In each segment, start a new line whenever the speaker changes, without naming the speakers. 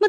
乜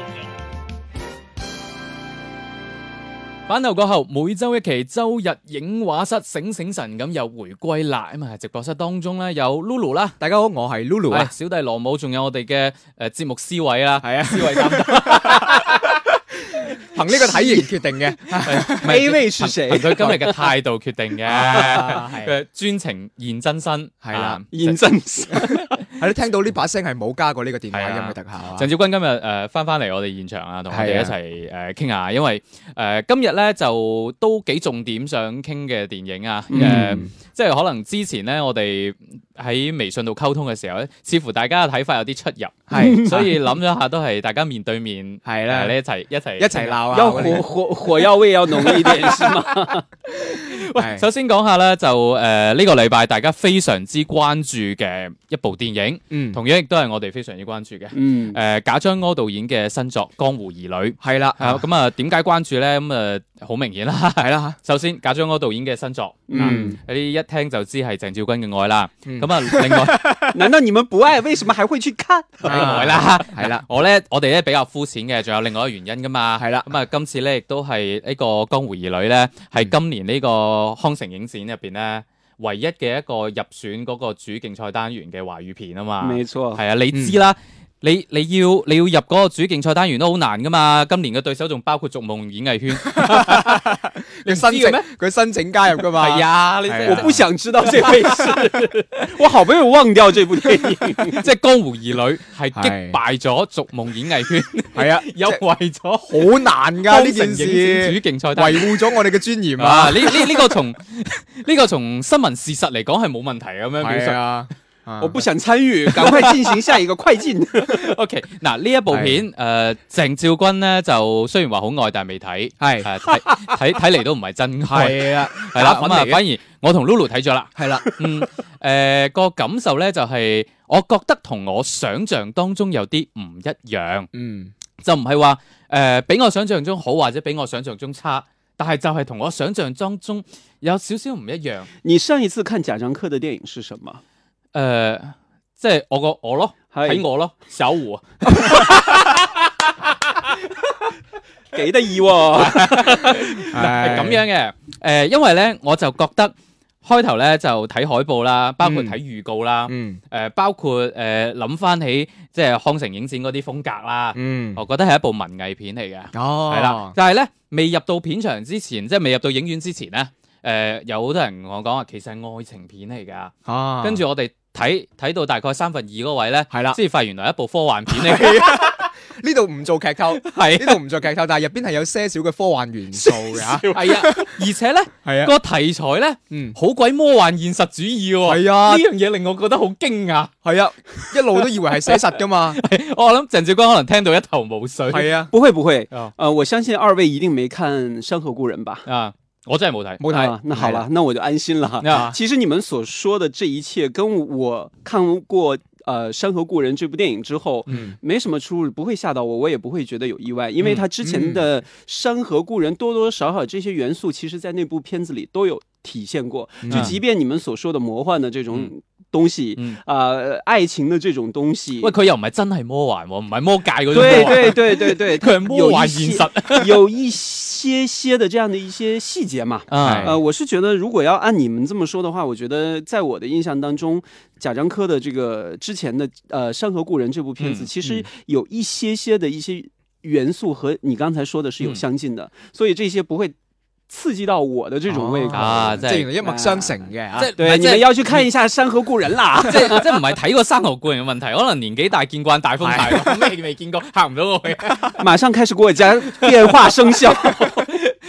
影。
反頭過後，每周一期周日影畫室醒醒神咁又回歸啦。咁啊，直播室當中咧有 Lulu 啦，
大家好，我係 Lulu
係
啊，
小弟羅姆，仲有我哋嘅誒節目思維啦，
係啊
思維擔當，
憑呢個體型決定嘅。
唔
A 位是誰
憑佢今日 嘅態度決定嘅，
啊係
佢專程現真身
係啦
啊
現真實，
係你聽到呢把聲係冇加過呢個電話音嘅特效啊
鄭少君今日誒翻翻嚟我哋現場啊，同我哋
係啊
一齊誒傾下，因為誒、呃今日咧就都幾重點想傾嘅電影啊，誒、
嗯
即係可能之前咧我哋喺微信度溝通嘅時候咧，似乎大家嘅睇法有啲出入，
係
所以諗咗下都係大家面對面。
係
誒你
啦，
一齊一齊
一齊鬧啊！
要
我
火
哋
火火药味要浓一点，是吗？
喂，
係
首先講下咧，就誒呢、個禮拜大家非常之關注嘅一部電影，
嗯
同樣亦都係我哋非常之關注嘅。誒、
嗯，
賈樟柯導演嘅新作《江湖兒女》。
係啦，
係啊，咁啊，點解關注咧？咁啊，好明顯啦。
係啦
首先，賈樟柯導演嘅新作，
嗯
啊，呢一聽就知係鄭少君嘅愛啦。
嗯
咁啊，另 外
难道你们不爱，为什么还会去看？
啊
另外
啦，
啦，
係啦，
我咧我哋咧比較膚淺嘅，仲有另外一個原因噶嘛。
係啦
咁啊，今次咧亦都係呢個《江湖兒女》咧，係今年呢個康城影展入邊咧唯一嘅一個入選嗰個主競賽單元嘅華語片啊嘛。
没
哦
错，
係啊，你
嗯
知啦。你你要你要入嗰個主競賽單元都好難噶嘛，今年嘅對手仲包括逐夢演藝 圈，
佢申
知嘅
請
咩
佢申請加入噶嘛？
係啊，你
係
我
啊
不想知道这 回事，我好不容易忘掉这部电影。
即係江湖兒女係擊
係
敗咗逐夢演藝 圈，
係啊，
又為咗
好難㗎呢件事，
主競賽單
維護咗我哋嘅尊嚴啊！
啊！呢呢呢個從 呢個從新聞事實嚟講係冇問題咁樣表
係
述。
啊，啊
我不想参与，赶快进行下一个快 进。
OK，嗱呢一部片誒鄭照君咧就雖然話好愛，但係未睇。
係
誒睇睇 睇嚟都唔係真愛，
係啦，
係啦
打
咁
粉
啊，
嚟嘅
反而我同 Lulu 睇咗啦，
係啦，
嗯，誒個感受咧就係，我覺得同我想象當中有啲唔一樣。
嗯，
就唔係話誒比我想象中好或者比我想象中差，但係就係同我想象當中有少少唔一樣。誒、
你上一次看贾樟柯的电影是什 么？
呃即係我個我咯，睇
係
我咯，小胡啊
给得 意喎，
係
係
咁樣嘅。誒、因為咧我就覺得開頭咧就睇海報啦，包括睇預告啦，誒、
嗯
包括誒諗翻起即係康城影展嗰啲風格啦，
嗯，
我覺得係一部文藝片嚟嘅。
哦，
係啦，，但係咧未入到片場之前，即係未入到影院之前咧，誒、有好多人同我講話，其實係愛情片嚟㗎。
啊，
跟住我哋睇睇到大概三分二嗰位咧，
係啦
先發現原來一部科幻片 嚟嘅，
呢度唔做 劇
哎
透，呢
係
度唔做劇透，但係入邊係有些少嘅科幻元素 嘅嚇，
係啊，而且 咧
係啊，
個題材咧
嗯，
好鬼魔幻現實主義喎。
係啊
呢。樣嘢令我覺得好驚訝，
係啊，一路都以為係寫實 噶嘛，
我諗鄭少君可能聽到一頭霧水。
係啊，
不会不会
哦，
呃，我相信二位一定没看《山河故人》吧？
啊，我真係冇睇，
冇睇
啊，那好吧，那我就安心了。
啊
其实你们所说的这一切，跟我看过呃《山河故人》这部电影之后。
嗯，
没什么出入，不会吓到我，我也不会觉得有意外，因为
嗯
他之前的《山河故人》多多少少这些元素，其实在那部片子里都有体现过。
嗯
就即便你们所说的魔幻的这种东西，
嗯
呃，爱情的这种东西，
喂，佢又唔係真係魔幻喎，唔係魔界嗰種
对
魔幻，
对对 对对，
佢係魔幻
有
現
一些
實
有一些些的这样的一些细节嘛。
啊哎
係
呃，我是觉得，如果要按你们这么说的话，我觉得在我的印象当中，贾樟柯的这个之前的呃《山河故人》这部片子，
嗯
其
嗯
实有一些些的一些元素和你刚才说的是有
嗯
相近的，所以这些不会刺激到我的这种胃口。
啊
即
即係
係原來一脈相承嘅啊
即係唔係
对，
即
你
係
们要去看一下《山河故人》 啦。
即係即係唔係睇過《山河故人》嘅問題，可能年紀大見慣大風大 浪，咩未見過，嚇唔到我嘅。
马上开始给我加电话 生效。
哎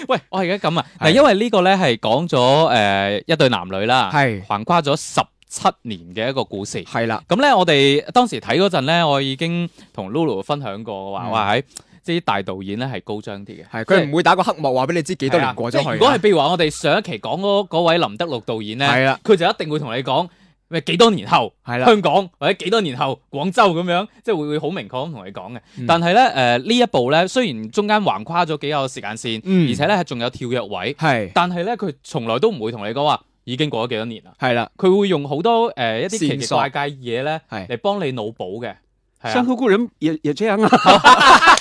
喂，我而家咁啊，嗱，
係
因為呢個咧係講咗誒一對男女啦，
係
橫跨咗十七年嘅一個故事。
係啦，
咁咧，我哋當時睇嗰陣咧，我已經同 Lulu 分享過話，
嗯
哇喺即係啲大導演咧係高張啲嘅，
係
即
佢唔會打個黑幕話俾你知幾多年過咗
係啊即係
去。
如果係譬如話我哋上一期講嗰嗰位林德祿導演咧，
係啦
佢就一定會同你講。咩幾多年後
係啦，
香港或者幾多年後廣州咁樣，即係會會好明確咁同你講嘅。
嗯
但係咧誒呢一步咧，雖然中間橫跨咗幾個時間線，
嗯
而且咧仲有跳躍位，
係
但係咧佢從來都唔會同你講話已經過咗幾多年啦。
係啦，
佢會用好多誒、呃一啲奇
線
奇
索
怪怪嘅嘢咧
係
嚟幫你腦補嘅。係
山
啊，
河故人也也這樣啊。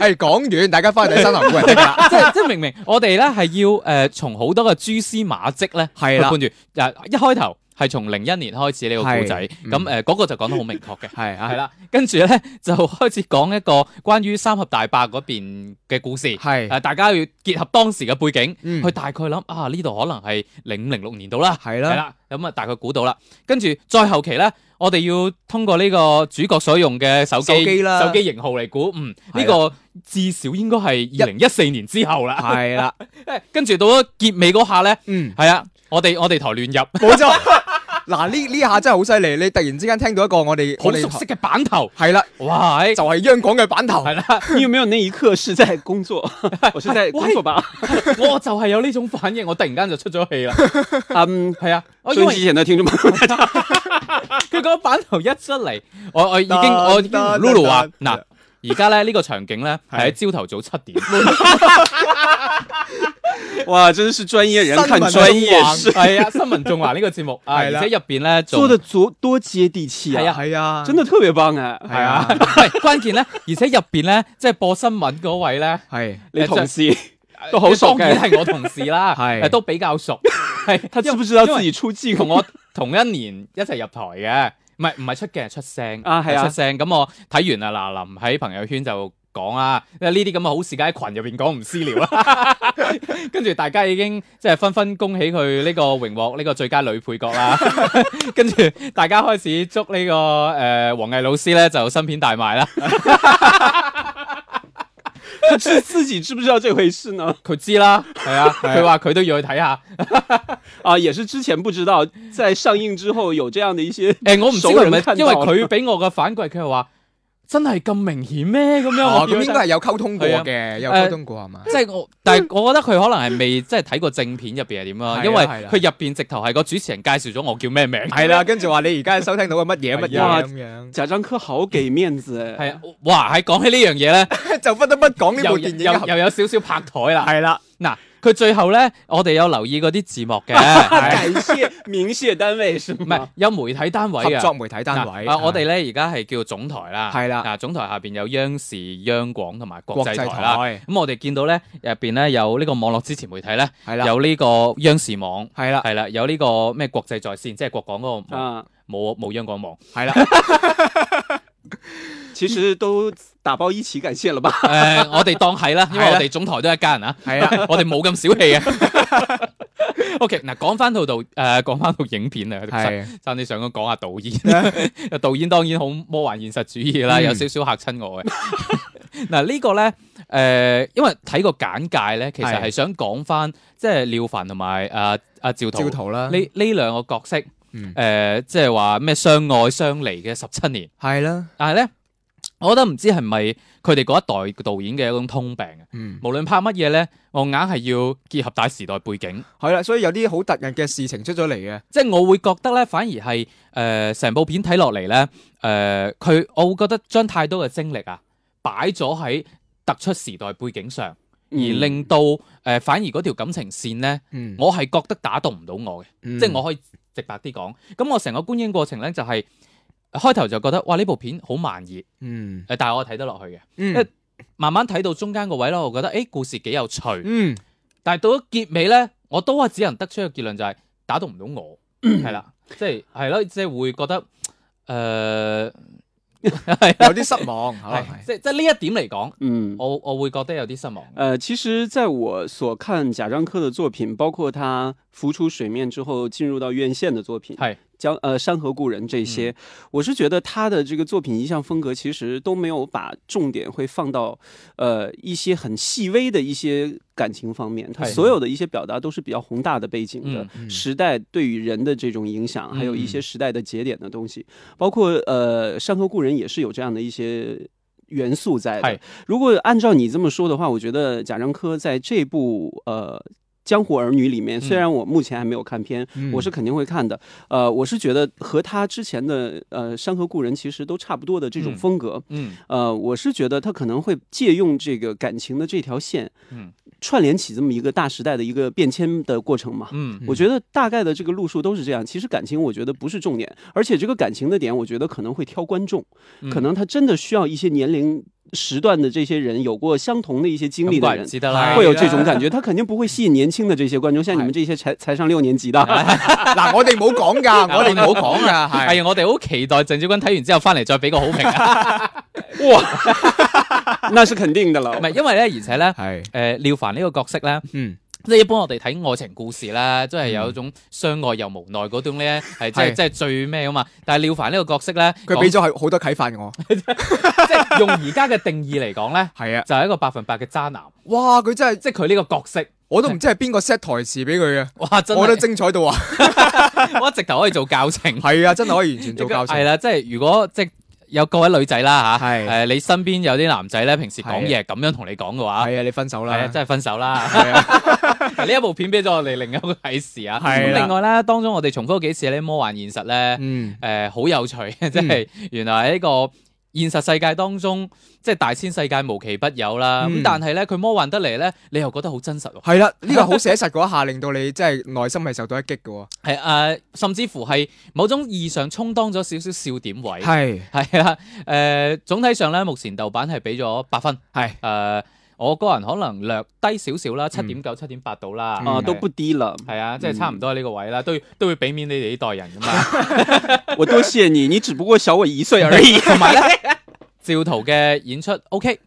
係講完，大家翻去睇 新南古人聽啦，
即係即係明明我哋咧係要誒、呃、從好多嘅蛛絲馬跡咧
係
去
啦
判，斷。誒一開頭係從零一年開始呢個故仔，
係嗯
咁誒嗰個就講得好明確嘅。
係
係
啊，
啦，跟住咧就開始講一個關於三峽大壩嗰邊嘅故事。啊
係
誒，大家要結合當時嘅背景，
嗯
去大概諗啊呢度可能係零五零六年度啦，
係
係
啦，
啦，咁啊大概估到啦。跟住再後期咧，我哋要通過呢個主角所用嘅手機
手機啦啊
手機型號嚟估，嗯，
係啦
呢個至少應該係二零一四年之後啦。
係啦，
跟住到咗結尾嗰下咧，
嗯，
係啊，我哋我哋台亂入，
冇錯。嗱呢呢下真係好犀利，你突然之間聽到一個我哋
好
我哋
熟悉嘅版頭，
係啦，
哇！哎
就係央廣嘅版頭，
係啦，
你有没有那一刻是在工 作？我是在工作吧。
我就係有呢種反應，我突然間就出咗氣 啦。
嗯，
係啊，我因
收音
為
机前的听众朋友们，
佢個版頭一出嚟，我我已經我已經同
得
Lulu 話
得
嗱，而家咧呢個場景咧係喺朝頭早七 點，
哇，真是專業人
新聞
看專業事，
係啊，新聞仲話呢個節目 啊，
係
而
啦
且入邊咧仲
做的多多接地氣
係
啊，
啊
係啊，
真的特別棒哎、
係
係啊，
啊，
係關鍵咧，而且入邊咧即係播新聞嗰位咧，
係
你同事都好
當
熟嘅
然係我同事 啦，
係
誒都比較熟，係
他知
因
不
為
知道自己出鏡？
同我同一年一齊入台嘅，唔係唔係出鏡係出聲
啊係啊
出聲。咁我睇完啊，嗱林喺朋友圈就講啦，因為呢啲咁嘅好事梗喺群入邊講唔私聊啦。跟住大家已經即係紛紛恭喜佢呢個榮獲呢個最佳女配角啦。跟住大家開始祝呢、個誒、呃、黃毅老師咧就新片大賣啦。
他知自己知不知道這回事呢？
佢知啦，係啊，
啊
佢話佢都要去睇下。
啊，也是之前不知道，在上映之後有這樣的一些
誒、我唔知
熟
佢係
人
咪
看到
因為佢俾我嘅反饋，佢係話真係咁明顯咩咁樣？我
哦
要
咁
去
應
睇
該係有溝通過
啊
嘅，有溝通過係嘛？
即係 我，但係我覺得佢可能係未即係睇過正片入邊係點
係
啦，
啦
因為
係啦啊
佢入邊直頭係個主持人介紹咗我叫咩名，
係啊啦，跟住話你而家收聽到嘅乜嘢乜
係啊
嘢咁樣，
賈樟柯好給面子哎、
係啊，哇！喺講起呢樣嘢咧，
就不得不講呢
又
部電影嘅
又
合
又有少少拍台啦。
係啦，
嗱，佢最後咧，我哋有留意嗰啲字幕 嘅，係
感謝明謝單位是
唔係
嗎？
有媒體單位
啊合
啊？
作媒體單位
嗱啊，我哋咧而家係叫總台啦，
係啦
啊，總台下邊有央視、央廣同埋國
國
際
際
台啦。
台
咁我哋見到咧入邊咧有呢個網絡支持媒體咧，
係啦，
有呢個央視網，
係啦，
係啦，有呢個咩國際在線，即係國廣嗰個網。
啊，
冇冇央廣網，
係啦，
其實都打包一起感謝了吧？
誒、我哋當係啦，因為
係
我
啦
哋總台都一家人啊，
係 啦，
我哋冇咁小氣啊。OK，嗱， 講翻到度誒，講翻到影片啊，
係
差啲想講下導 演，導演當然好魔幻現實主義啦，
嗯
有少少嚇親我嘅。 嗱呢個咧，誒、因為睇個簡介咧，其實係
係
想講翻，即係廖凡同埋阿阿趙
照
圖
圖啦，
呢呢兩個角色，誒、
嗯
即係話咩相愛相離嘅十七年。
係啦，
但係咧，我覺得唔知係咪佢哋嗰一代導演嘅一種通病啊。
嗯，
無論拍乜嘢咧，我硬係要結合大時代背景，
係啦，所以有啲好突兀嘅事情出咗嚟嘅，
即係我會覺得咧，反而係誒成部片睇落嚟咧，誒、佢我會覺得將太多嘅精力啊擺咗喺突出時代背景上，而
嗯
令到誒、呃反而嗰條感情線咧，
嗯，
我係覺得打動唔到我嘅。
即
即係我可以直白啲講，咁我成個觀影過程咧就係、開頭就覺得哇呢部片好慢熱，誒呃
嗯
但係我睇得落去嘅。
嗯
慢慢睇到中間個位咯，我覺得誒、欸故事幾有趣，
嗯
但係到咗結尾咧，我都係只能得出一個結論就係、打動唔到我，
嗯
係啦，即係係咯，即係會覺得誒。呃 係，
有啲失望，可能係
即即呢一點嚟講，
嗯。
我我會覺得有啲失望。
呃，其實在我所看贾樟柯的作品，包括他浮出水面之后进入到院线的作品，
嗯
係
江呃《山河故人》
嗯
这些，我是觉得他的这个作品一向风格其实都没有把重点会放到呃一些很细微的一些感情方面，他
哎
所有的一些表达都是比较宏大的背景的。
嗯
嗯
时代对于人的这种影响，还有一些时代的节点的东西，包括呃《山河故人》也是有这样的一些元素在的
哎。
如果按照你这么说的话，我觉得贾樟柯在这部呃。江湖儿女》里面，虽
嗯
然我目前还没有看片，我是肯定会看的。呃，我是觉得和他之前的呃《山河故人》其实都差不多的这种
嗯
风格。
嗯
呃，我是觉得他可能会借用这个感情的这条线，
嗯，
串联起这么一个大时代的一个变迁的过程嘛。
嗯
我觉得大概的这个路数都是这样。其实感情我觉得不是重点，而且这个感情的点，我觉得可能会挑观众，
嗯
可能他真的需要一些年龄时段的这些人有过相同的一些经历
咁
的
怪唔哎
人。
知得
啊
啦，
会有这种感觉，他肯定不会吸引年轻的这些观众，像你们这些才才上六年级的，
哎
嗱，我哋冇講 㗎，我哋冇講㗎，係。
系啊，我哋好期待鄭少君睇完之後翻嚟再俾個好評啊！
那是肯定的了
唔。係因為咧，而且咧，
係，
诶、廖凡呢個角色咧，
嗯，
即係一般我哋睇愛情故事啦，即係有一種相愛又無奈嗰種咧，係即係
係
即係最咩啊嘛。但係廖凡呢個角色咧，
佢俾咗係好多啟發我。
講即係用而家嘅定義嚟講咧，
係啊，
就係一個百分百嘅渣男，
哇！佢真係，
即係佢呢個角色，
我都唔知係邊個 set 台詞俾佢嘅，
哇！真
我覺得
係
精彩到啊！
我直頭可以做教程。
係啊，真係可以完 全 做教授
系。啦，即係如果即係有各位女仔啦吓，
係
誒你身邊有啲男仔咧，平時講嘢咁樣同你講嘅話，
係啊，你分手
係啊，
啦。
真係分手 啦。
係 啊
呢一部片俾咗我哋另一個啟示啊。咁
係啦
另外咧，當中我哋重複咗幾次咧，魔幻現實咧，
嗯，
誒呃好有趣， 即係原來喺呢個。現實世界當中，即係大千世界無奇不有啦。咁、
嗯
但係咧，佢魔幻得嚟咧，你又覺得好真實喎。
係啦，呢個好寫實嗰一下，令到你真係內心係受到一擊嘅
係誒、甚至乎係某種意義上充當咗少少笑點位
喎。。係
係啊，誒、總體上咧，目前豆瓣係俾咗八分。誒、呃
係
我個人可能略低少少啦，七點九、七點八到啦。
嗯
啊，都不低了，
係啊，即係差唔多係呢個位啦，都要都會俾面你哋呢代人噶嘛。
我多谢你，你只不过小我一岁
哎
而已。
同埋咧，趙圖嘅演出 OK。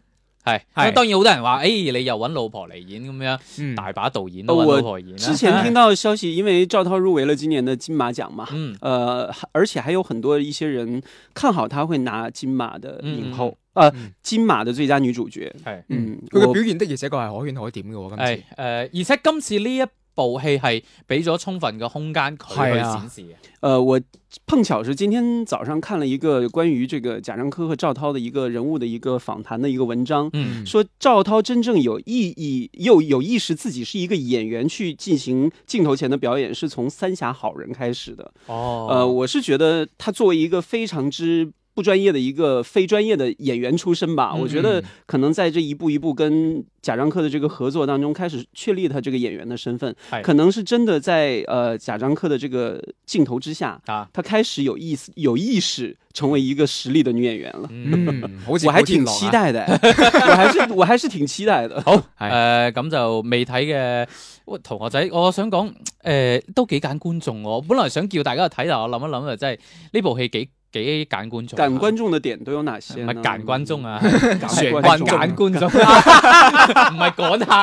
係，咁
係
當然好多人話，誒、你又揾老婆嚟演咁樣，
嗯
大把導演都
呃
揾
我
老婆演啦。
之前听到消息，因为赵涛入围了今年的金马奖嘛，
嗯，
呃，而且还有很多一些人看好他会拿金马的影后，呃，
嗯哎
金马的最佳女主角。
係，
嗯，
佢嘅
我
表現的而且確係可圈可點嘅喎，今
係
次
誒、而且今次呢一部戲係俾咗充分嘅空間佢去
係啊
展示嘅。
呃，我碰巧是今天早上看了一个关于这个贾樟柯和赵涛的一个人物的一个访谈的一个文章，
嗯
说赵涛真正有意义又有意识自己是一个演员去进行镜头前的表演，是从《三峡好人》开始的。
哦，
呃，我是觉得他作为一个非常之。不专业的一个非专业的演员出身吧，
嗯
我觉得可能在这一步一步跟贾樟柯的这个合作当中，开始确立他这个演员的身份
哎，
可能是真的在呃贾樟柯的这个镜头之下，
啊，
她开始有意思、有意识成为一个实力的女演员了。
嗯。
嗯，好似
我还
古天
挺
樂啊
期。待的， 我还是我还是挺期待的。
好，
係啊
诶，咁、就未睇嘅喂同學仔，我想講诶、誒都幾揀觀眾喎。我本來想叫大家去睇，但我諗一諗啊，真係呢部戲幾幾揀觀眾啊，
感观众的点都有哪些
唔
呢？
係揀觀眾啊，
選
揀
觀眾
揀觀眾， 唔係趕客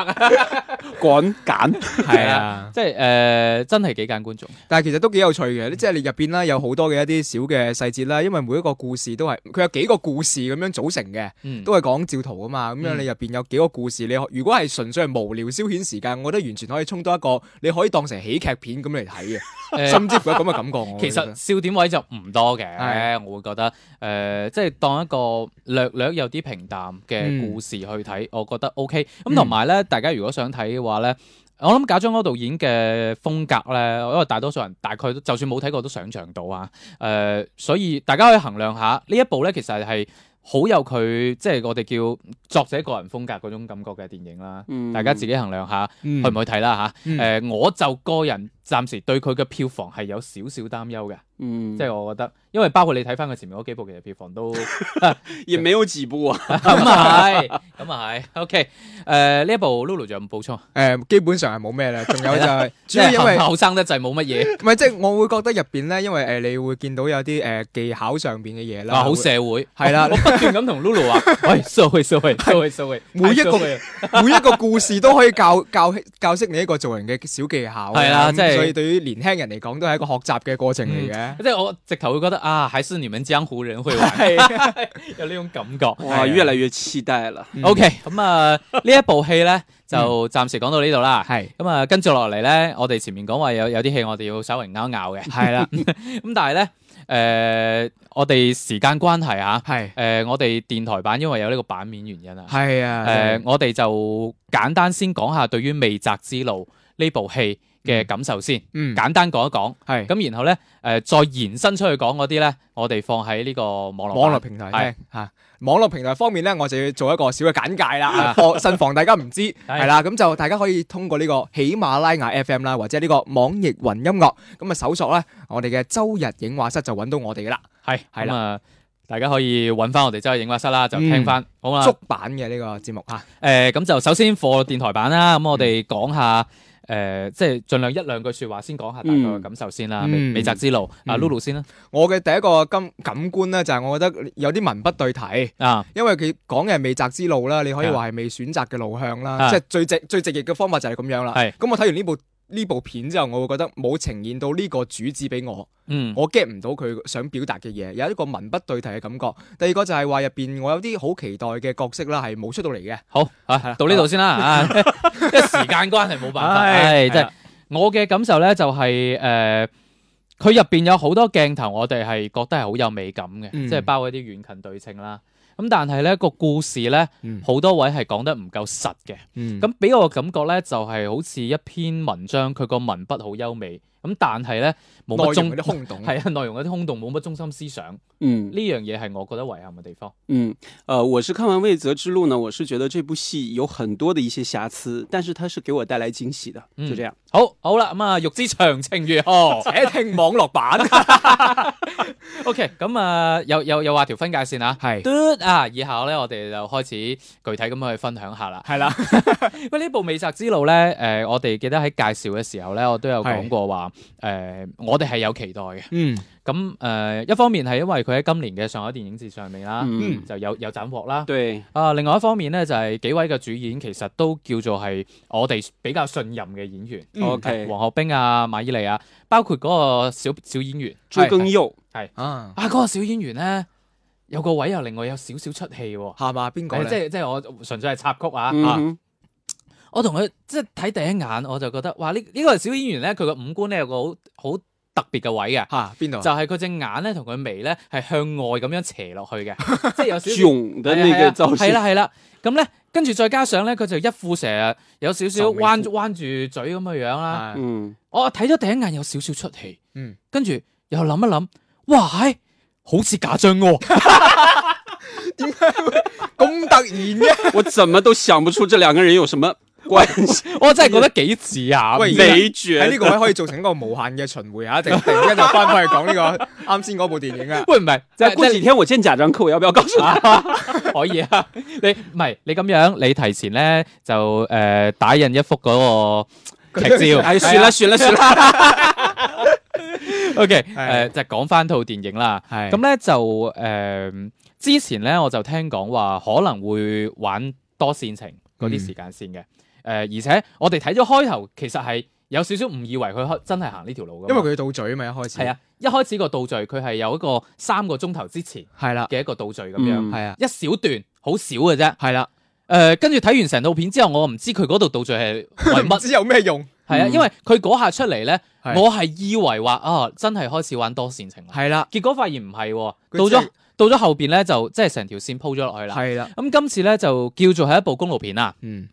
啊，
赶赶，
係啊，
即係诶、誒真係幾揀觀眾。
但係其實都幾有趣嘅，即係你入邊啦有好多嘅一啲小嘅細節啦，因為每一個故事都係佢有幾個故事咁樣組成嘅，
嗯，
都係講照圖啊嘛。咁樣
嗯
你入邊有幾個故事，你可如果係純粹係無聊消遣時間，我覺得完全可以充當一個你可以當成喜劇片咁嚟睇嘅，
誒
甚至乎有咁嘅感覺。我
其
覺得
實笑點位就唔多嘅
係，
我會覺得誒、呃即係當一個略略有啲平淡嘅
嗯
故事去睇，我覺得 OK。咁同埋咧，大家如果想睇嘅話咧。我諗賈樟柯導演嘅風格咧，因為大多數人大概都就算冇睇過都想像到啊。誒、所以大家可以衡量下呢一部咧，其實係好有佢即係我哋叫作者個人風格嗰種感覺嘅電影啦。
嗯
大家自己衡量下去
嗯
唔去睇啦嚇。誒、
嗯
我就個人暫時對佢嘅票房係有少少擔憂嘅，
嗯，
即係我覺得，因為包括你睇翻佢前面嗰幾部，其實票房 都
也没有几部啊。
咁啊係，咁啊係。OK，誒、呢一部 Lulu 仲有冇補充？
誒基本上係冇咩啦，仲有就 係主
即
要因
係。
為
後生得滯冇乜嘢，
唔係，即係我會覺得入邊咧，因為誒、呃你會見到有啲誒、呃技巧上邊嘅嘢啦，
話啊好
會
社會。
係啦
我不斷咁同 Lulu 話：，喂，社會社會社會社會，
每一個
社會
每一個故事都可以教教教識你一個做人嘅小技巧嘅。
係啦
咁
即係嗯
所以對於年輕人嚟講，都係一個學習嘅過程嚟嘅。
即係我直頭會覺得啊，還是你們江湖人會 玩， 有呢種感覺。
哇，啊越来越期待了。
嗯
OK，咁啊，呢一部戲咧就暫時講到呢度啦。
係
咁啊，跟住落嚟咧，我哋前面講話有有啲戲我哋要稍微拗一拗嘅，
係啦，
咁但係咧，诶、我哋時間關係吓，
係
诶、我哋電台版因為有呢個版面原因啊，
係啊，
诶、我哋就簡單先講下對於《未摘之路》呢部戲嘅感受先，
嗯，
簡單講一講。
係
咁然後咧，誒、再延伸出去講嗰啲咧，我哋放喺呢個網絡
網
版
絡平台
係
係嚇，網絡平台方面咧，我就要做一個小嘅簡介
啊
啦，防慎防大家唔知 係啦，咁就大家可以通過呢個喜馬拉雅 FM 啦，或者呢個網易雲音樂咁啊搜索咧，我哋嘅周日影畫室就揾到我哋噶啦，
係
係
咁
啦嗯
啊，大家可以揾翻我哋周日影畫室啦，就聽翻、好啦。
足版嘅呢個節目啊嚇，
誒咁、就首先 for 電台版啦，咁我
嗯
哋講下誒、即係盡量一兩句説話先講下大概嘅感受先啦。
嗯
美美澤之路，阿
嗯
Lulu 先啦，
我嘅第一個感感官咧就係我覺得有啲文不對題。
啊
因為佢講嘅係未擇之路啦，你可以話係未選擇嘅路向
啊
啦，即係最直最直譯嘅方法就係咁樣啦。
係
咁我睇完呢部呢部片之後，我會覺得冇呈現到呢個主旨俾我，
嗯
我 get 唔到佢想表達嘅嘢，有一個文不對題嘅感覺。第二個就係話入邊我有啲好期待嘅角色啦，係冇出到嚟嘅。
好啊，到呢度先啦啊， 即係時間關係冇辦法，唉，
唉
真係我嘅感受咧就係、誒。佢入邊有好多鏡頭，我哋係覺得係好有美感嘅，
嗯
即係包括啲遠近對稱啦。咁但係咧個故事咧，
嗯
好多位係講得唔夠實嘅。
嗯
咁俾我嘅感覺咧，就係好似一篇文章，佢個文筆好優美，咁但係咧冇乜
內容
中
有啲空 洞。
係啊內容有啲空洞，冇乜中心思想，呢
嗯
樣嘢係我覺得遺憾嘅地方。
嗯，呃，我是看完《魏泽之路》呢，我是觉得这部戏有很多的一些瑕疵，但是它是给我带来惊喜的，
嗯
就这样。
好，好啦，咁啊，欲知詳情如何
哦且聽網絡版
？OK，咁啊，又又又話條分界線啊。
係
嘟啊！以後咧，我哋就開始具體咁去分享下啦。
係啦，
喂，呢部《美澤之路》咧，誒、我哋記得喺介紹嘅時候咧，我都有講過話，誒、我哋係有期待嘅。
嗯
咁誒、一方面係因為佢喺今年嘅上海電影節上面啦，
嗯，
就有有斬獲啦。
对，
啊，另外一方面咧，就係、幾位嘅主演其實都叫做係我哋比較信任嘅演員，
嗯
OK
黃學兵啊、馬伊琍啊，包括嗰個小小演員
朱更佑，
啊，
啊，嗰、個小演員咧有個位又令我有少少出戲喎、
係嘛？邊個
誒即係
咧？
即係我純粹係插曲啊！
嗯
啊
哼
我同佢即係睇第一眼我就覺得，哇！呢呢、個小演員咧，佢個五官咧有個好好特別嘅位嘅，啊
嚇邊度？
就係佢隻眼咧同佢眉咧係向外咁樣斜落去嘅， 即係有少少
囧的那个造
係
型，
啦係啦，咁咧跟住再加上咧，佢就一副成日有少少
愁眉苦
彎彎住嘴咁嘅樣啦。
係
嗯，
我睇咗第一眼有少少出戲，
啊嗯，
跟住又諗一諗，哇，係好似假張 喎，
咁突然 嘅，
我怎么都想不出这兩個人有什麼關係，
我真係覺得幾似啊。
喂哎
没觉
喺呢
得。
個位可以做成一個無限嘅循環啊！一定突然間就翻返去講呢個啱先嗰部電影啊。
喂，唔係，即係
過幾天我見贾樟柯，我要不要告訴他？
可以啊！你唔係你咁樣，你提前咧就诶、呃打印一幅嗰個劇照。
哎，算啦算啦算啦，
O K，诶
係
呃就講翻套電影啦。
係
咁咧就诶、誒之前咧我就聽講話可能會玩多線程嗰
嗯
啲時間線嘅。诶、而且我哋睇咗開頭，其實係有少少誤以為佢開真係行呢條路嘅。
因為佢倒嘴嘛，一開始
系啊，一開始個倒序佢係有一個三個鐘頭之前
係啦，
嘅一個倒序咁樣，
嗯
係啊，
一小段好少嘅啫。
係啦，
誒、跟住睇完成套片之後，我唔知佢嗰度倒序係為
唔
乜，
知有咩用？
係啊，因為佢嗰下出嚟咧，
係
我係以為話啊，真係開始玩多線程啦，
係啦，
結果發現唔係喎，
佢
到
真
咗
係
到咗後邊咧就即係成條線鋪咗落去啦。
係啦，
咁今次咧就叫做係一部公路片啦。
嗯，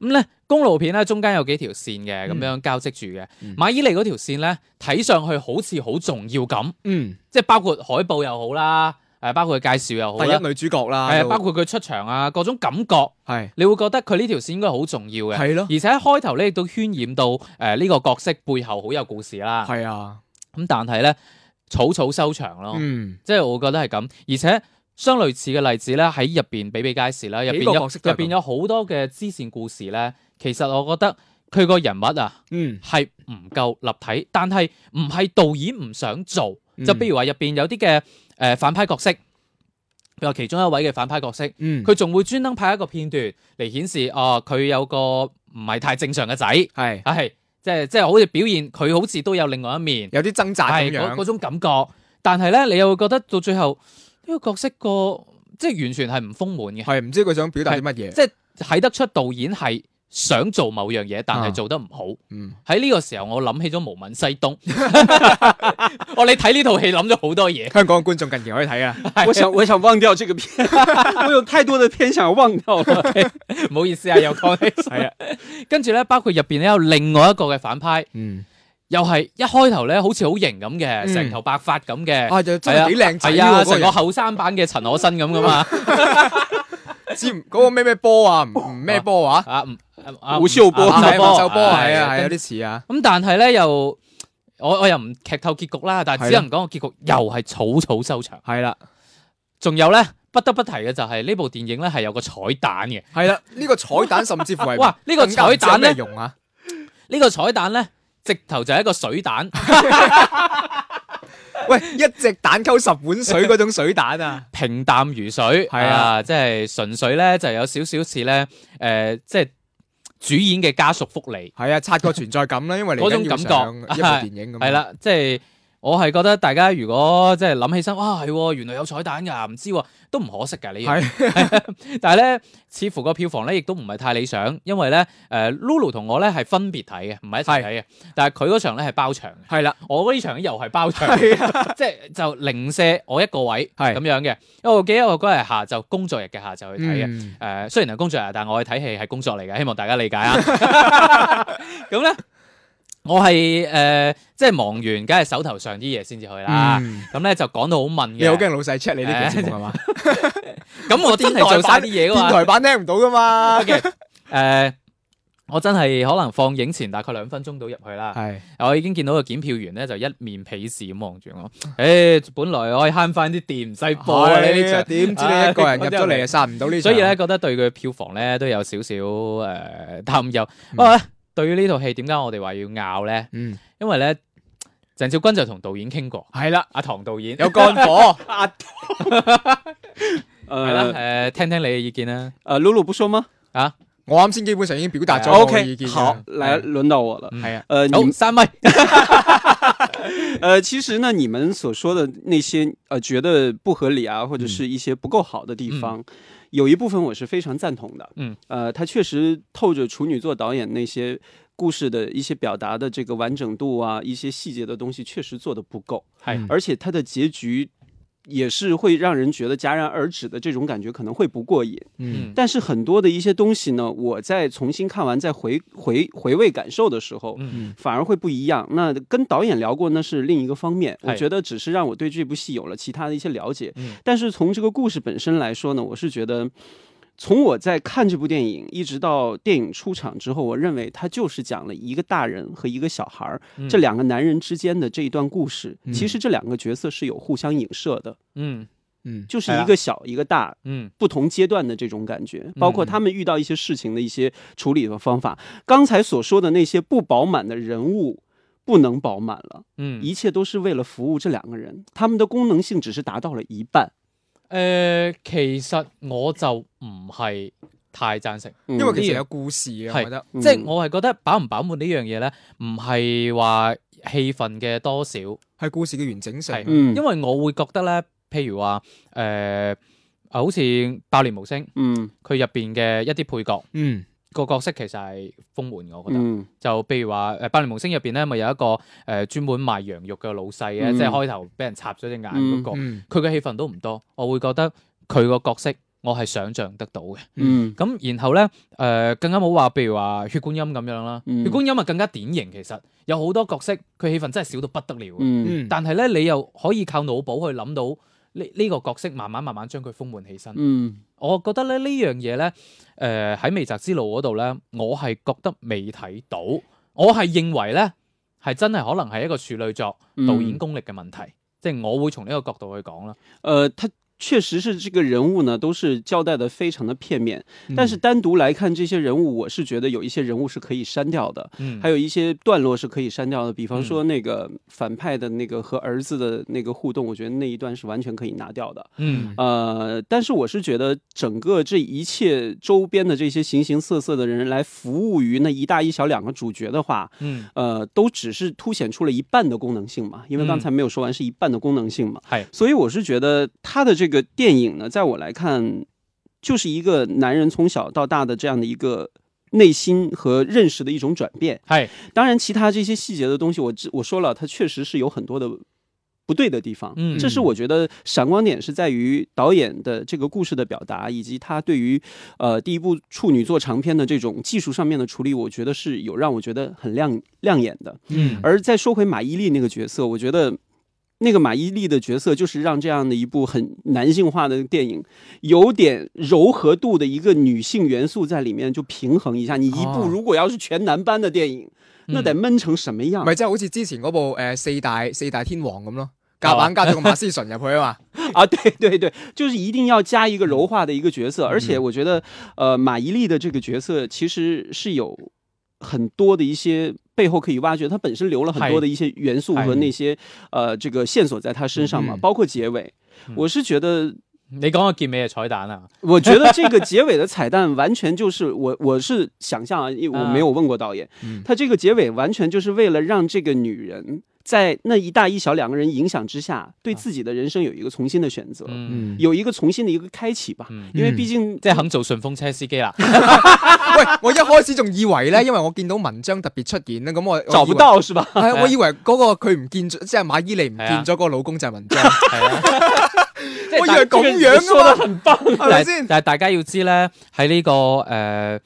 咁咧公路片咧中間有幾條線嘅，咁
嗯
樣交織住嘅。
嗯
馬伊琍嗰條線咧睇上去好似好重要咁，
嗯，
即係包括海報又好啦，誒包括佢介紹又好
第
啦，
一女主角啦，
係啊，
就
包括佢出場啊，各種感覺，
係
你會覺得佢呢條線應該好重要嘅。
係咯，
而且開頭咧亦都渲染到誒呢個角色背後好有故事啦。
係啊，
咁但係咧草草收場咯，
嗯，
即係我覺得係咁。而且相類似嘅例子咧喺入邊比比皆是啦，入邊
幾個
有
角色都係
入
咁
邊有好多嘅支線故事咧，其實我覺得。佢個人物啊，
嗯，
係唔夠立體，但係唔係導演唔想做，
嗯
就譬如話入邊有啲嘅誒反派角色，譬如話其中一位嘅反派角色，
嗯，
佢仲會專登拍一個片段嚟顯示哦，佢有個唔係太正常嘅仔，
係
係即係即係好似表現佢好似都有另外一面，
有啲掙扎咁
係嗰嗰
樣，
種感覺。但係咧，你又會覺得到最後呢、個角色個即係完全係唔豐滿嘅，
係唔知佢想表達啲乜嘢，
即係睇得出導演係想做某樣嘢，但係做得唔好。
嗯，
喺呢個時候，我諗起咗毛敏西東。 哦，你睇呢套戲諗咗好多嘢。
香港嘅觀眾近期可以睇啊，
我想我想忘掉这个片， 我有太多的片想忘掉了。
唔好意思啊，又講起。係啊，跟住咧，包括入邊咧有另外一個嘅反派，
嗯，
又係一開頭咧好似好型咁嘅，
嗯
成頭白髮咁嘅，
啊就真係幾靚仔
係
喎，
啊，
嗰個
成
人
個後生版嘅陳可辛咁噶 嘛。
知唔嗰個咩咩波啊，唔唔咩波話，
啊，唔啊
吳秀波
吳
啊
秀
係
波，
馬秀波係啊，係有
跟
啲似啊，
咁但係咧又，我我又唔劇透結局啦，但係只能講個結局又係草草收場。
係啦，
仲有咧，不得不提嘅就係呢部電影咧係有個彩蛋嘅。
係啦，呢個彩 蛋甚至乎係
哇！呢、個
更加唔
彩
知有
蛋
咩
咧，
用啊，
呢個彩蛋咧，直頭就係一個水蛋，
喂，一隻蛋溝十碗水嗰種水蛋啊，
平淡如水，
係啊
即係純粹咧就有少少似咧，誒、即係主演嘅家屬福利
係啊，刷個存在感啦，因為嚟
嗰
緊
種
要
感
上
覺，
一部電影咁，
係，啦，即係我係覺得大家如果即係諗起身，哇係喎，原來有彩蛋㗎，唔知喎，都唔可惜㗎呢樣嘢。
係。
但係咧，似乎個票房咧亦都唔係太理想，因為咧，誒、Lulu 同我咧係分別睇嘅，唔係一齊睇嘅。但係佢嗰場咧係包場嘅，
係啦，啊
我呢場又係包場，即係就零舍我一個位
係
咁樣嘅。因為我記得我嗰日下晝工作日嘅下晝去睇啊嘅。誒、
嗯
雖呃然係工作日，但我去睇戲係工作嚟嘅，希望大家理解 啊。咁咧，我係誒、即係忙完，梗係手頭上啲嘢先至去啦。
嗯
啊咁咧、就講到好問
你好
嘅，
驚老細 check 你呢期節目 係嘛？
咁我真係做晒啲嘢㗎嘛
電。台版聽唔到 噶嘛？
OK，誒、 呃我真係可能放映前大概兩分鐘到入去啦，
係
我已經見到個檢票員咧就一面鄙視咁望住我。誒、本來我可以慳翻啲電，唔使播啊你呢
場
場。
點知你一個人入 咗嚟啊，殺唔到呢場
所以咧，，覺得對佢票房咧都有少少誒擔憂。不過咧，對於呢套戲點解我哋話要拗咧？
嗯，
因為咧，鄭少君就同導演傾過，
係啦，
阿唐導演
有干火，
係啦，誒、
呃
聽聽你嘅意見啦。啊
呃，露露不说吗
我啱先基本上已經表達咗我嘅意
？OK，
見。
好，来，轮到我了。
係啊，
呃，你
嗯好，
们
三米。
呃，其实呢，你们所说的那些呃，觉得不合理啊，或者是一些不够好的地方，有一部分我是非常赞同的。
嗯，
呃，它确实透着处女座导演那些故事的一些表达的这个完整度啊，一些细节的东西，确实做的不够。
係
而且它的结局也是会让人觉得戛然而止的这种感觉，可能会不过瘾。
嗯，
但是很多的一些东西呢，我在重新看完再回回回味感受的时候，
嗯
反而会不一样。那跟导演聊过那是另一个方面，
是
我觉得只是让我对这部戏有了其他的一些了解。
哎嗯
但是从这个故事本身来说呢，我是觉得。从我在看这部电影一直到电影出场之后，我认为它就是讲了一个大人和一个小孩儿、
嗯
这两个男人之间的这一段故事。其实这两个角色是有互相影射的，
嗯
嗯，
就是
哎呀
一个小一个大，
嗯
不同阶段的这种感觉，包括他们遇到一些事情的一些处理的方法。刚才所说的那些不饱满的人物。不能饱满了，
嗯，
一切都是为了服务这两个人，他们的功能性只是达到了一半。
誒、其實我就唔係太贊成，
因
因為其實有故事嘅，我覺得，
即
嗯
係我係覺得飽唔飽滿呢樣嘢咧，唔係話氣氛嘅多少，
係故事嘅完整性。
係
嗯
因為我會覺得咧，譬如話誒、呃好似《爆裂無聲》
嗯
佢入邊嘅一啲配角
嗯，
個角色其實係豐滿嘅，我覺得。
嗯
就譬如呃話誒《爆裂無聲》入邊咧，咪有一個誒、呃、專門賣羊肉嘅老細嘅，
嗯
即係開頭俾人插咗隻眼嗰、個，
嗯
佢嘅戲份都唔多，我會覺得佢個角色我係想像得到嘅。
嗯
咁然後咧，誒、更加冇話，譬如話血觀音咁樣啦，
嗯
血觀音啊更加典型。其實有好多角色，佢戲份真係少到不得了嘅。
嗯
嗯，
但係咧，你又可以靠腦補去諗到呢呢、個角色，慢慢慢慢將佢豐滿起身。
嗯
我覺得咧呢樣嘢咧，誒、喺未澤之路嗰度咧，我係覺得未睇到，我係認為咧係真係可能係一個處女作
嗯
導演功力嘅問題，即係我會從呢個角度去講啦。
呃，他确实是这个人物呢，都是交代的非常的片面。但
嗯
是单独来看这些人物，我是觉得有一些人物是可以删掉的，
嗯，
还有一些段落是可以删掉的，比方说那个反派的那个和儿子的那个互动，我觉得那一段是完全可以拿掉的。
嗯
呃，但是我是觉得整个这一切周边的这些形形色色的人来服务于那一大一小两个主角的话，
嗯，
呃，都只是凸显出了一半的功能性嘛，因为刚才没有说完是一半的功能性嘛，
係
所以我是觉得他的这个电影呢，在我来看，就是一个男人从小到大的这样的一个内心和认识的一种转变。
系
当然，其他这些细节的东西我，我我说了，它确实是有很多的不对的地方。
嗯
这是我觉得闪光点是在于导演的这个故事的表达，以及他对于呃第一部处女座长片的这种技术上面的处理，我觉得是有让我觉得很亮亮眼的。
嗯
而再说回马伊琍那个角色，我觉得。那个马伊琍的角色，就是让这样的一部很男性化的电影，有点柔和度的一个女性元素在里面，就平衡一下。你一
哦
部如果要是全男班的电影，那得闷成什么样？
咪即係好似之前嗰部诶四大四大天王咁咯，
哦
夾硬加咗個馬思純入去啊嘛。
啊，对对对，就是一定要加
嗯
一个柔化的一个角色，而且我觉得，呃，马伊琍的这个角色其实是有很多的一些背后可以挖掘，她本身留了很多的一些元素
嗨
和那些呃这个线索在她身上嘛，
嗯
包括结尾
嗯。
我是觉得，
你讲个结尾嘅彩蛋啊，
我觉得这个结尾的彩蛋完全就是我我是想象啊，因为我
啊
没有问过导演，
嗯
他这个结尾完全就是为了让这个女人在那一大一小两个人影响之下，对自己的人生有一个重新的选择。
嗯，
有一个重新的一个开启吧，
嗯
因为毕竟
即系肯做顺风车司機啦，
喂，我一開始仲以為咧，因為我見到文章特別出現咧，咁我
嗯找不，到是吧？
我以為係我以為嗰個佢唔見咗，即係馬伊琍唔
啊
見咗嗰個老公就係文 章，
係啊。
哦
我以為咁樣
说
噶
的
嘛，
很棒，
係咪
但
先？
但係大家要知咧，喺呢、個誒、呃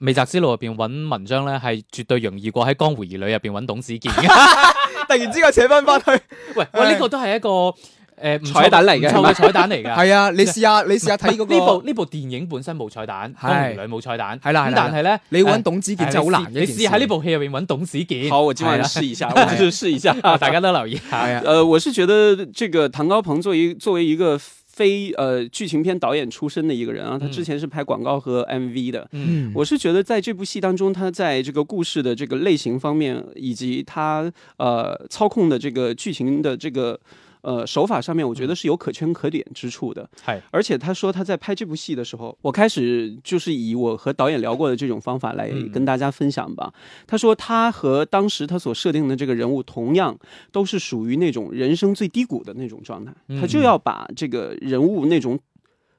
美澤之路入邊揾文章咧，係絕對容易過喺江湖兒女入邊揾董子健 嘅。啊
突然之間扯翻翻去，
喂，喂，呢、個都係一個誒、呃唔錯
彩蛋嚟嘅
唔錯嘅彩蛋嚟㗎。
係啊，你試下你試下睇嗰個
呢部呢部電影本身冇彩蛋，江
係
湖兒女冇彩蛋。
係啦係
咁
啦
但係咧，
你揾董子
子
健真係好難嘅
你
一件事。
試喺呢部戲入邊揾董子健，
好，我今晚
係啦
试一下，我就试 一下。
啊 大家都留意
係
下。
啊，
呃，我是觉得这个唐高鹏作为作为一个非呃剧情片导演出身的一个人啊，他
嗯
之前是拍广告和 MV 的。
嗯，
我是觉得在这部戏当中，他在这个故事的这个类型方面，以及他呃操控的这个剧情的这个呃手法上面，我觉得是有可圈可点之处的。
係
而且他说他在拍这部戏的时候，我开始就是以我和导演聊过的这种方法来
嗯
跟大家分享吧。他说他和当时他所设定的这个人物同样都是属于那种人生最低谷的那种状态，
嗯
他就要把这个人物那种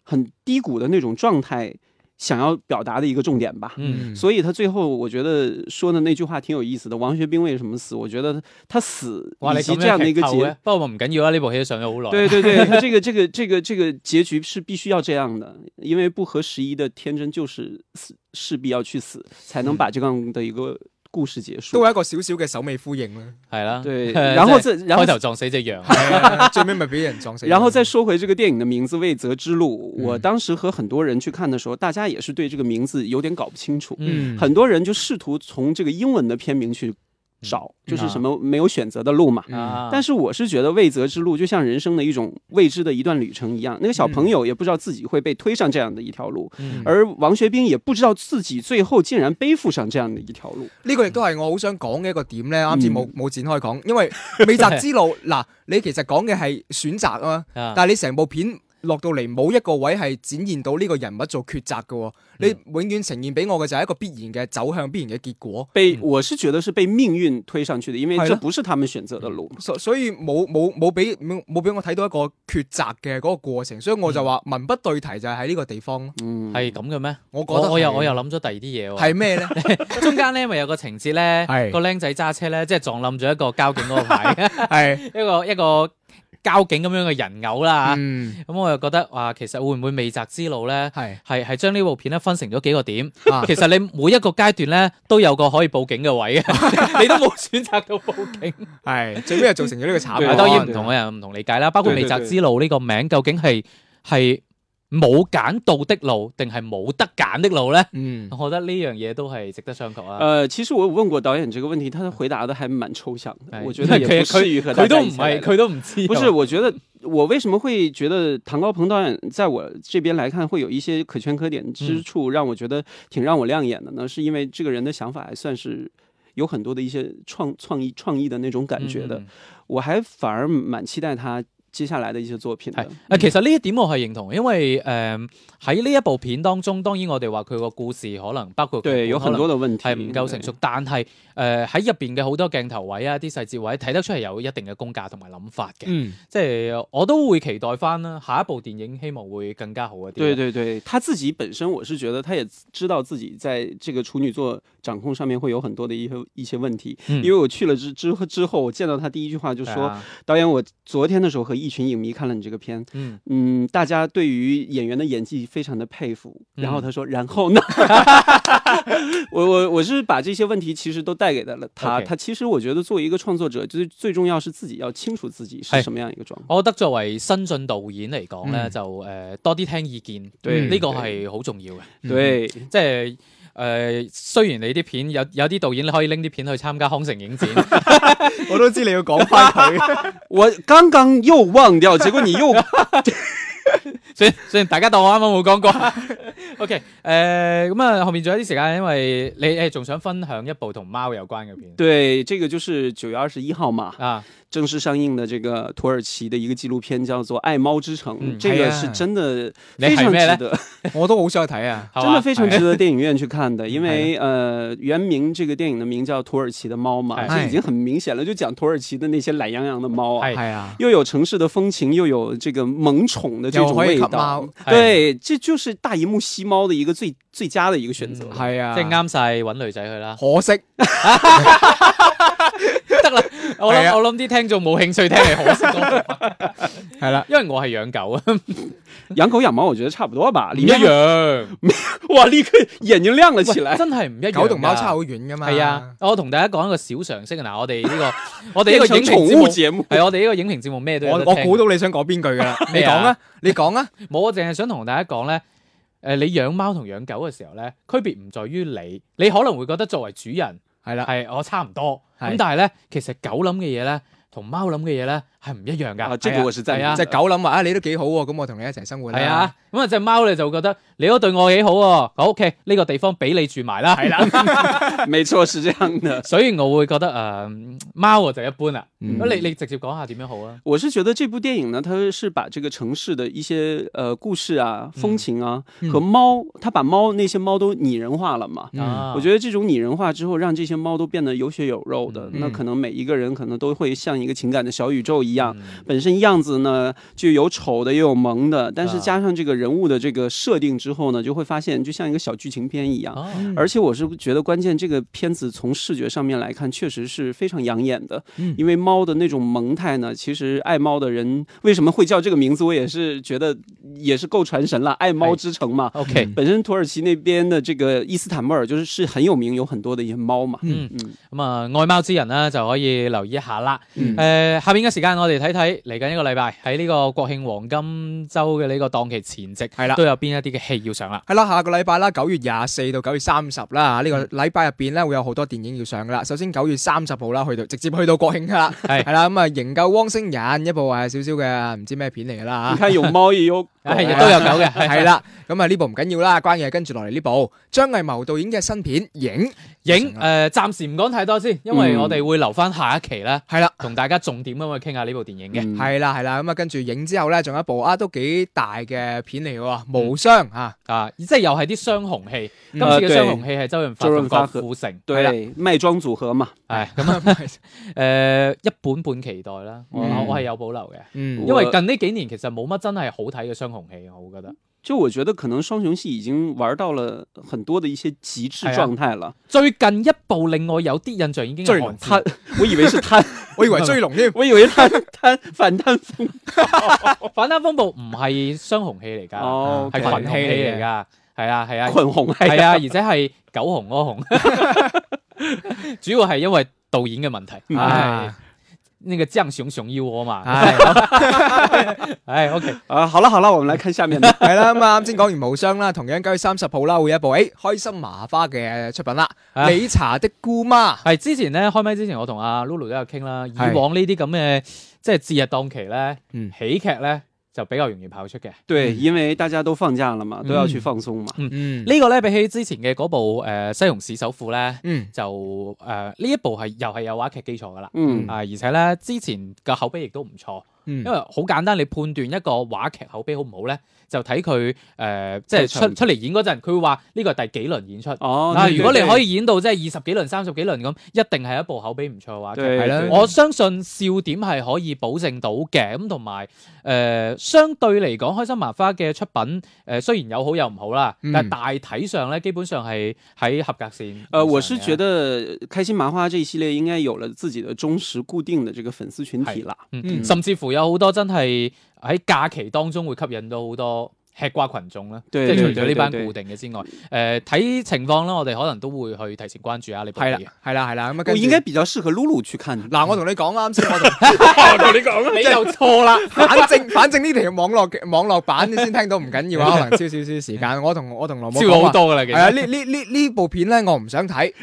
很低谷的那种状态想要表达的一个重点吧。
嗯
所以他最后我觉得说的那句话挺有意思的，王学兵为什么死？我觉得他死
哇！你
以及
咁
这样的一
劇
个
透
结
嘅，不過唔緊要啊，呢部戲都上咗好耐。
对对对，他这个这个这个这个结局是必须要这样的，因为不合时宜的天真就是死，势必要去死，才能把这样的一个故事结
都
束。
有一個少少嘅首尾呼應啦。
係啦。
对，
呃
然后
即係
再然后
開頭撞死只羊。啊
最尾咪俾人撞死。
然后再说回这个电影的名字《未泽之路》，
嗯
我当时和很多人去看的时候，大家也是对这个名字有点搞不清楚，
嗯
很多人就试图从这个英文的片名去找，
嗯
就是什么没有选择的路嘛。
嗯，
啊
但是我是觉得未择之路就像人生的一种未知的一段旅程一样，那个小朋友也不知道自己会被推上这样的一条路，
嗯
而王学兵也不知道自己最后竟然背负上这样的一条路。
呢個亦都係我好想講嘅一個點咧，啱先冇
嗯
冇展開講，因為美澤之路嗱，你其實講嘅係選擇啊嘛，
啊
但係你成部片落到嚟冇一個位係展現到呢個人物做抉擇嘅喎，你
嗯
永遠呈現俾我嘅就係一個必然嘅走向、必然嘅結果，
被、
嗯
我是觉得是被命运推上去的，因为
是
这
的
不是他们选择的路。
所所以冇冇冇俾冇冇俾我睇到一個抉擇嘅嗰個過程，所以
嗯
我就話文不對題就係喺呢個地方咯，
嗯，
係咁嘅咩？
我覺
我
得
我又
係
我又諗咗第二啲嘢喎。
係咩咧？
中間咧咪有個情節咧，
係
個僆仔揸車咧，即係撞冧咗一個交警嗰個牌，
係
一個一個交警咁樣嘅人偶啦嚇
嗯
咁我又覺得哇，其實會唔會未澤之路咧？
係
係係將呢部片咧分成咗幾個點，
啊
其實你每一個階段咧都有個可以報警嘅 位嘅，你都冇選擇到報警。
係最尾又造成咗呢個
對
慘
係
案，
當然唔同啊嘅人有唔同理解啦，包括
對
未
對
澤之路呢個名究竟係係冇揀到的路定係冇得揀的路咧？
嗯
我覺得呢樣嘢都係值得商榷啊。
呃，其实我问过导演这个问题，他回答的还蛮抽象的，
係
我觉得也
佢
不适于和
呃佢佢
大
都
家
唔
一起来
係，
聊
佢都唔知啊。
不是，我觉得我为什么会觉得唐高鹏导演在我这边来看会有一些可圈可点
嗯
之处，让我觉得挺让我亮眼的呢？是因为这个人的想法还算是有很多的一些创创意创意的那种感觉的。
嗯，
我还反而蛮期待他接下来的一些作品
係
的。嗯
啊，其實呢一點我係認同，因為誒喺呢一部片當中，當然我哋話佢個故事可能包括
对，有很多的問題
係唔夠哎成熟，但係誒喺入邊嘅好多鏡頭位啊、啲細節位睇得出係有一定嘅功架同埋諗法嘅，
嗯，
即係我都會期待翻啦，下一部電影希望會更加好一啲。啊
对对对，他自己本身，我是觉得他也知道自己在这个处女座掌控上面会有很多的一些一些问题，
嗯
因为我去了之之后之后，我见到他第一句话就
係
说：“
啊
导演，我昨天的时候和一群影迷看了你这个片，
嗯，
嗯，大家对于演员的演技非常的佩服。”然后
嗯
他说：“然后呢？” 我我我是把这些问题其实都带给他了他
OK
他其实我觉得作为一个创作者，最最重要是自己要清楚自己是
哎
什么样一个状态。
我覺得作為新晉導演嚟講咧，
嗯
就誒、多啲聽意見，
對
呢個
對
係好重要嘅。
对，
即係誒、雖然你啲片有有啲導演你可以拎啲片去參加康城影展，
我都知你要講翻佢，
我刚刚又忘掉，结果 你又
雖然雖然大家當我啱啱冇講過。OK，誒、 咁啊，後面仲有啲時間，因為你誒仲想分享一部同貓有關嘅片
对，这个就是九月二十一号嘛，
啊，
正式上映的这个土耳其的一个纪录片，叫做《爱猫之城》，
嗯
这
哎
个
呀
是真的
你
非
喊
常值
咩嘞
得，
我都好想去睇啊。
係
真的
嘛
非常
係
值得电影院去看
哎
的，因为呃，原名这个电影的名叫《土耳其的猫》嘛，
哎
这已经很明显了，就讲土耳其的那些懒洋洋的猫啊
哎。
係啊，
又有城市的风情，又有这个萌宠的这种
又可以
味
吸
道
猫，
哎
对，这就是大荧幕吸猫的一个最最佳的一个选择。
嗯
係啊，，
即係啱晒揾女仔去啦
可惜
得啦！我
係
諗
啊
我諗啲聽眾冇興趣聽你可惜 嗰部
係啦，
因為我係養狗 啊，
养狗养猫，我觉得差不多吧，
唔
里
一
面
樣。
哇，立刻眼睛亮了起来。
真係唔一樣㗎。
狗同貓差好遠噶嘛。
係啊，我同大家講一個小常識啊嗱，我哋呢 個我哋呢個影評節
物
目
节目，
係我哋呢個影評節目咩都
我
有得
啊我
聽
估到你想講邊句噶 啦，你
咩
講
啊
啊，你講啊，
冇，我淨係想同大家講咧。誒，你養貓同養狗嘅時候咧，區別唔在於你，你可能會覺得作為主人
係啦，
係我差唔多，
係
咁但係咧，其實狗諗嘅嘢咧，同貓諗嘅嘢咧係唔一樣㗎。
啊這個
係
我是贊
係
同
啊
只狗諗話啊，你都幾好喎，咁我同你一齊生活啦。
係啊，咁啊只貓咧就會覺得你都對我幾好喎，好 OK，呢個地方俾你住埋啦，係啦，
没错，是这样 的。
所以我會覺得誒貓我就一般啦。啊
嗯，
咁你你直接講下點樣好啊？
我是觉得这部电影呢，它是把这个城市的一些呃故事啊、风情啊、
嗯
和猫，它把猫那些猫都拟人化了嘛。
啊，
我觉得这种拟人化之后，让这些猫都变得有血有肉的，
嗯
那可能每一个人可能都会像一个情感的小宇宙一样。
嗯
本身样子呢就有丑的也有萌的，但是
啊
加上这个人物的这个设定之后呢，就会发现就像一个小剧情片
啊
一样。
哦
而且我是觉得，关键这个片子从视觉上面来看，确实是非常养眼的。
嗯
因为猫的那种萌态呢，其实爱猫的人为什么会叫这个名字，我也是觉得也是够传神了，
哎
爱猫之城嘛。
，OK，
本身土耳其那边的这个伊斯坦布尔就是是很有名，有很多的一些猫嘛。
嗯，
嗯，
咁啊，愛貓之人咧就可以留意一下啦。
嗯
誒，下面嘅時間我哋睇睇嚟緊一個禮拜喺呢個國慶黃金周嘅呢個檔期前夕，
係啦
都有邊一啲嘅戲要上啦。
係啦，下個禮拜啦，九月廿四到九月三十啦，呢個禮拜入邊咧會有好多電影要上噶啦。首先九月三十號啦，去到直接去到國慶噶啦，
係，
係啦，咁啊營救汪星人一部誒少少嘅唔知咩片嚟㗎啦
哎你
嚇。
看有猫也有狗
係亦都有狗嘅，
係啦，咁啊呢部唔緊要啦，關鍵係跟住落嚟呢部張藝謀導演嘅新片《影》
影誒，暫時唔講太多先，因為
嗯
我哋會留翻下一期咧，
係啦，
同大家重點咁去傾下呢部電影嘅。
嗯
係啦係啦，咁啊跟住《影》之後咧，仲有一部啊都幾大嘅片嚟嘅喎，《無雙》啊，嗯
啊，即係又係啲雙雄戲。今次
呃
嘅
對
雙雄戲係周潤發
周潤
同郭
發和
富城。係啦，
对卖庄组合嘛。
係咁
咁啊，
誒，一本半期待啦，我
嗯
我係有保留嘅。
嗯
因為
我
近呢幾年其實冇乜真係好睇嘅雙雄戲，我覺得
就我觉得可能双雄戏已经玩到了很多的一些极致
哎呀
状态了。
最近一部令我有啲印象已經
追
係寒
龍
他
戰，
我以为是他，
我以為追龍添，
我以为他他反贪腐
反貪風暴唔係雙雄戲嚟㗎，
哦，
係
群
群戲嚟㗎，係啊係啊
捆红
係
哎呀
啊，而且係九紅嗰紅， 主要係因為導演嘅問題，
啊
嗯係呢個江熊熊要我嘛，
唉。。
唉 OK，
啊！好了好了，我们来看下 面的
系啦，咁啊，啱先講完無雙啦，同樣九月三十號啦，會有一部诶開心麻花嘅出品啦，
啊
《理查的姑媽》
係之前咧開麥之前我同阿 Lulu 都有傾啦，以往呢啲咁嘅即係節日檔期咧
嗯，
喜劇咧就比較容易跑出嘅。
对，因为大家都放假了嘛，都要去
嗯
放松嘛。
嗯
呢個咧比起之前嘅嗰部誒、呃西虹市首富》咧，
嗯
就誒呢、一部係又係有話劇基礎噶啦，
嗯
啊而且咧之前嘅口碑亦都唔錯，
嗯
因為好簡單，你判斷一個話劇口碑好唔好咧，就睇佢誒，即係
出場
出出嚟演嗰陣，佢會話呢個係第幾輪演出。
哦，
啊，
对
如果你
对
可以演到即係二十幾輪、三十幾輪咁，一定係一部口碑唔錯嘅話劇。
对
係啦
对
我相信笑點係可以保證到嘅，咁同埋誒相對嚟講，開心麻花嘅出品誒、呃、雖然有好有唔好啦，
嗯
但係大體上咧，基本上係喺合格線。
呃，我是觉，得开心麻花这一系列应该有了自己的忠实固定的这个粉丝群体啦。
嗯
嗯
甚至乎有好多真係喺假期當中會吸引到好多。吃瓜群眾啦，即
對
係除
對
咗呢
對
班
對
固定嘅之外，誒、呃睇情況啦，我哋可能都會去提前關注下呢部
係啦，
戲
係啦，係啦，咁啊，
我
跟住
应该比较适合露露去看。
嗱，我同你講啦，啱先我同
你又錯啦，
反正反正呢條網絡嘅網絡版你先聽到唔緊要啊，可能超少少時間。我同我同羅母
超
講
好
話，
多噶啦，其
係啊，
實。
呢呢呢呢部片咧，我唔想睇，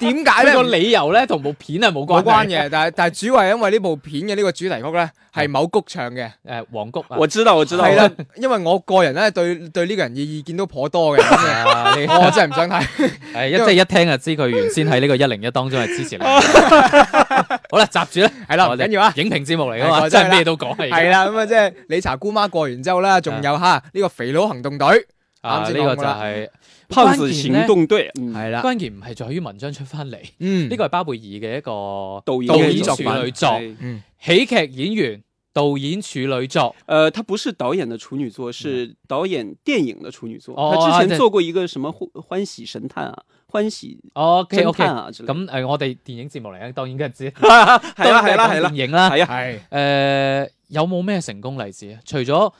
點解
呢
咧
個？理由咧同部片係冇關
冇關
係。
嘅，但係但係主要係因為呢部片嘅呢個主題曲咧係某谷唱嘅，
誒，黃谷啊
我，知道，我知道。
係啦，因為我個人咧對對呢個人嘅意見都頗多嘅，咁啊
啊你
我真係唔想睇。
系一即
因為
啊
哦
系一聽就知佢原先喺呢個一零一當中係支 持你。好啦，集住啦，
係啦，唔
我哋
緊要啊。
影評節目嚟噶嘛，
係真係
真
啦
係咩都講嚟。
係啦，咁啊，即係你查姑媽過完之後啦，仲有吓呢個肥佬行動隊，
啊，
啱
呢
先講
個就
過啦
係
胖子行。动队，嗯
係啦，
關鍵呢關鍵唔係在於文章出翻嚟，呢
嗯，
個係巴貝爾嘅一個
导演
導
嘅
演
作
處
品
女作，
对
嗯
喜劇演員、導演處女作。
呃，他不是导演的处女作，是导演电影的处女作。
哦
他之
对
前做过一个什么欢欢喜神探啊，欢喜
O K
侦
O K，
探
咁
啊之类的。
誒，我哋電影節目嚟嘅，啊當然梗係知。
系啦系啦系
當然係
啦
講電影啦。
系啊，
係
誒，有冇咩成功例子啊？除咗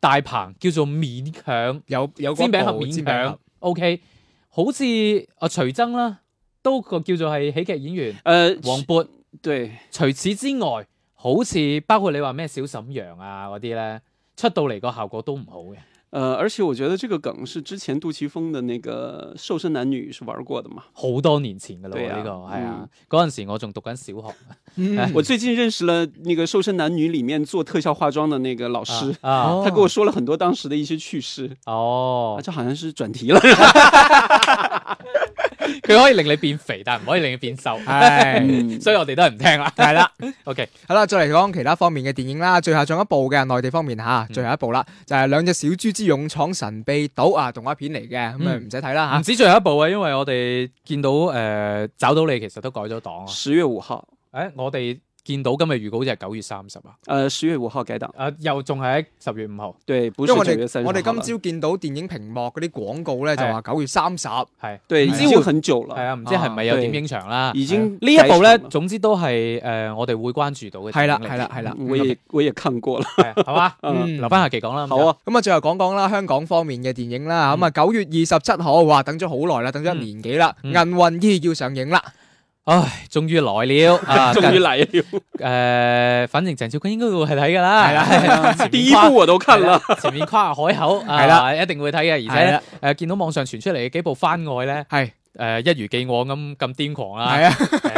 大鵬叫做勉強。
有有嗰
煎餅
部
俠勉
煎餅
強
俠
OK，好似阿徐峥啦，都個叫做係喜劇演 員
呃，
黃渤。
对，
除此之外，好似包括你話咩小沈陽啊嗰啲咧，出到嚟個效果都唔好嘅。
呃，而且我觉得这个梗是之前杜琪峰的那个《瘦身男女》是玩过的嘛。
好多年前㗎啦
對
喎，
啊
呢個係啊，嗰陣時我仲讀緊小學。
嗯
我最近认识了那个《瘦身男女》里面做特效化妆的那个老师，
啊啊，
哦
他跟我说了很多当时的一些趣事。啊，
哦，
这好像是转题了。
佢可以令你變肥，但唔可以令你變瘦，
係
嗯
所以我哋都係唔聽啦。
係啦。
OK，
好啦，再嚟講其他方面嘅電影啦，最後仲有一部嘅內地方面
嗯
吓，最後一部啦，就係兩隻小豬之勇闖神秘島啊，動畫片嚟嘅，咁啊
嗯
唔使睇
唔
啦
止最後一部啊，因為我哋見到誒找到你其實都改咗檔啊。
十月五号，
誒，我哋見到今日預告就係九月三十啊。
呃，十月五号改档，
啊，又仲係喺十月五號，
对，不
吓，因為
是
我
九月
哋
三十
我哋今
号了
朝見到電影屏幕嗰啲廣告咧，就話九月三十，
係
唔
对已
知
经
會
很久
係
了，
啊，唔知係咪有點影場啦？啊
已經
哎呢一部
改
咧
場，了
總之都係誒，我哋會關注到嘅。
係啦係啦係啦，
嗯我也我也看过了。啊
係，啊係嘛？
嗯
留翻下期講啦。
好啊，
咁啊，最後講講啦，香港方面嘅電影啦，咁啊九月二十七號，哇，等咗好耐啦，等咗一年幾啦，《
嗯嗯
銀魂二》要上映啦，
唉，終於來 了啊！
终于來了，
誒，反正鄭少君應該會係睇㗎啦。
係啦
哎呀 哎第一部我都看了，
前面跨下海口
係啦
啊，一定會睇嘅。
係
而
啦
且誒，見到網上傳出嚟嘅幾部番外咧，
係
誒一如既往咁咁癲狂
係
啦，
啊。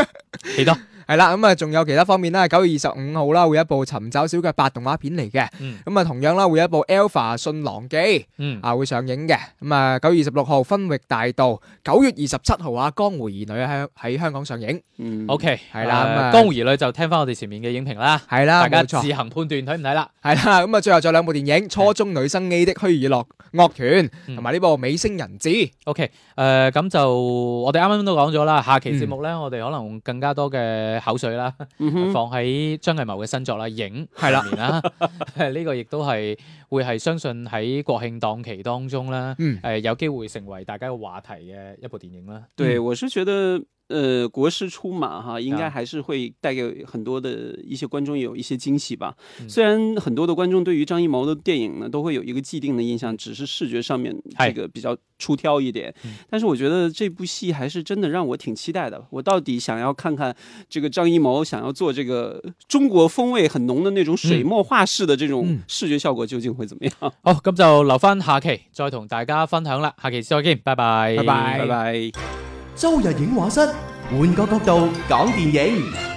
幾多？
系啦，咁啊，仲有其他方面啦。九月二十五號啦，會有一部《尋找小腳八》動畫片嚟嘅。
嗯
咁啊，同樣啦，會有一部《Alpha 信狼記》
嗯，
啊會上映嘅。咁啊，九月二十六號《分域大道》，九月二十七號啊《江湖兒女》喺喺香港上映。
嗯
OK，
係啦咁啊
誒江湖兒女就聽翻我哋前面嘅影評啦，
係
大
啦，
家
冇
自
錯。
行判斷睇唔睇啦。
係啦，咁啊，最後仲有兩部電影《初中女生 A 的虛擬樂樂團》
嗯
同埋呢部《美星人子》。
OK，誒、咁就我哋啱啱都講咗啦，下期節目咧，我哋可能更加多嘅口水啦，
嗯哼
放喺張藝謀嘅新作啦，影
係啦
上面啦， 呢個亦都係會係相信喺國慶檔期當中啦，誒、
嗯
有機會成為大家嘅話題嘅一部電影啦。
对，我是觉得，呃，国师出马哈，
嗯
应
啊
该还是会带给很多的一些观众有一些惊喜吧。
嗯
虽然很多的观众对于张艺谋的电影呢，都会有一个既定的印象，只是视觉上面
嗨
这个比较出挑一点，
嗯
但是我觉得这部戏还是真的让我挺期待的。我到底想要看看这个张艺谋想要做这个中国风味很浓的那种水
嗯
墨画式的这种
嗯
视觉效果究竟会怎么样？
好，咁就留翻下期再同大家分享啦，下期再見，拜拜，
拜拜
拜拜。
周日影畫室，換個角度講電影。